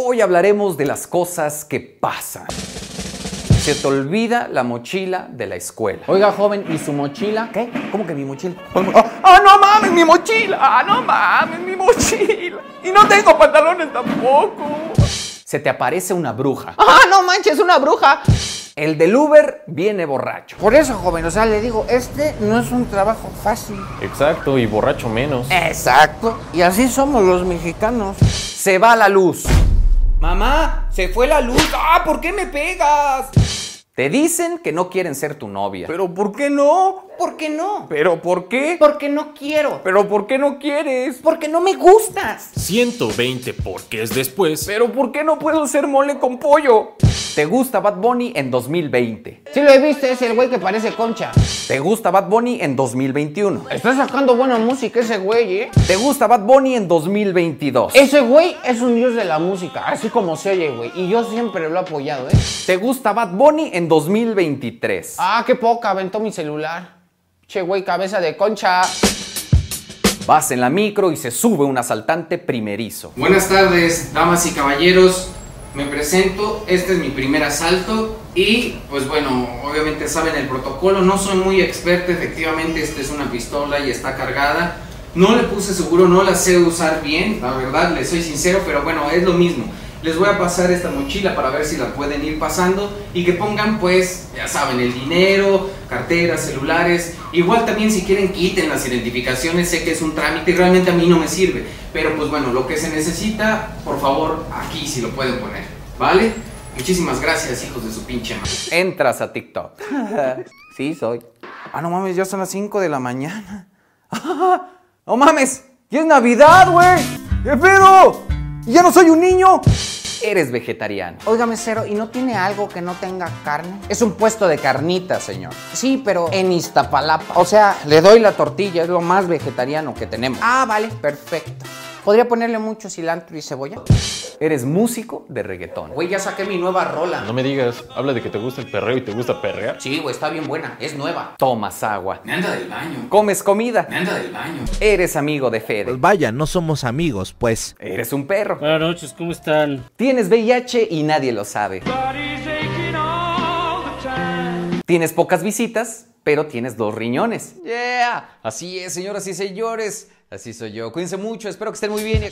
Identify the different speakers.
Speaker 1: Hoy hablaremos de las cosas que pasan. Se te olvida la mochila de la escuela.
Speaker 2: Oiga, joven, ¿y su mochila?
Speaker 1: ¿Qué? ¿Cómo que mi mochila?
Speaker 2: ¿Cuál mo- ¡Ah, ah, no mames, mi mochila! ¡Ah, no mames, mi mochila! Y no tengo pantalones tampoco.
Speaker 1: Se te aparece una bruja.
Speaker 2: ¡Ah, no manches, una bruja!
Speaker 1: El del Uber viene borracho.
Speaker 2: Por eso, joven, o sea, le digo, este no es un trabajo fácil.
Speaker 3: Exacto, y borracho menos.
Speaker 2: Exacto. Y así somos los mexicanos.
Speaker 1: Se va la luz.
Speaker 2: Mamá, se fue la luz. ¡Ah, ¿por qué me pegas?
Speaker 1: Te dicen que no quieren ser tu novia.
Speaker 2: ¿Pero por qué no?
Speaker 4: ¿Por qué no?
Speaker 2: ¿Pero por qué?
Speaker 4: Porque no quiero.
Speaker 2: ¿Pero por qué no quieres?
Speaker 4: Porque no me gustas.
Speaker 3: 120 porque es después.
Speaker 2: ¿Pero por qué no puedo ser mole con pollo?
Speaker 1: Te gusta Bad Bunny en 2020.
Speaker 5: Si lo he visto, es el güey que parece concha.
Speaker 1: Te gusta Bad Bunny en 2021.
Speaker 5: Está sacando buena música ese güey, ¿eh?
Speaker 1: Te gusta Bad Bunny en 2022.
Speaker 4: Eh.
Speaker 5: Ese güey es un dios de la música, así como se oye, güey. Y yo siempre lo he apoyado, ¿eh?
Speaker 1: Te gusta Bad Bunny en 2023.
Speaker 5: Ah, qué poca, aventó mi celular. Che, güey, cabeza de concha.
Speaker 1: Vas en la micro y se sube un asaltante primerizo.
Speaker 6: Buenas tardes, damas y caballeros. Me presento, este es mi primer asalto y pues bueno, obviamente saben el protocolo, no soy muy experto, efectivamente esta es una pistola y está cargada. No le puse seguro, no la sé usar bien, la verdad, les soy sincero, pero bueno, es lo mismo. Les voy a pasar esta mochila para ver si la pueden ir pasando y que pongan pues, ya saben, el dinero, carteras, celulares. Igual también si quieren quiten las identificaciones, sé que es un trámite y realmente a mí no me sirve. Pero pues bueno, lo que se necesita, por favor, aquí si lo pueden poner, ¿vale? Muchísimas gracias, hijos de su pinche madre.
Speaker 1: Entras a TikTok. sí, soy.
Speaker 2: Ah, no mames, ya son las 5 de la mañana. Ah, no mames, ya es Navidad, güey. ¡Qué pedo! ¡Ya no soy un niño!
Speaker 1: Eres vegetariano.
Speaker 5: Oiga, mesero, ¿y no tiene algo que no tenga carne?
Speaker 1: Es un puesto de carnitas, señor.
Speaker 5: Sí, pero en Iztapalapa.
Speaker 1: O sea, le doy la tortilla, es lo más vegetariano que tenemos.
Speaker 5: Ah, vale, perfecto. ¿Podría ponerle mucho cilantro y cebolla?
Speaker 1: Eres músico de reggaetón.
Speaker 5: Güey, ya saqué mi nueva rola.
Speaker 3: No me digas, habla de que te gusta el perreo y te gusta perrear.
Speaker 5: Sí, güey, está bien buena, es nueva.
Speaker 1: Tomas agua.
Speaker 6: Me anda del baño,
Speaker 1: Comes comida.
Speaker 6: me anda del baño.
Speaker 1: Eres amigo de Fede.
Speaker 7: Pues vaya, no somos amigos, pues.
Speaker 1: Eres un perro.
Speaker 8: Buenas noches, ¿cómo están?
Speaker 1: Tienes VIH y nadie lo sabe. Tienes pocas visitas, pero tienes dos riñones. Yeah. Así es, señoras y señores. Así soy yo. Cuídense mucho, espero que estén muy bien.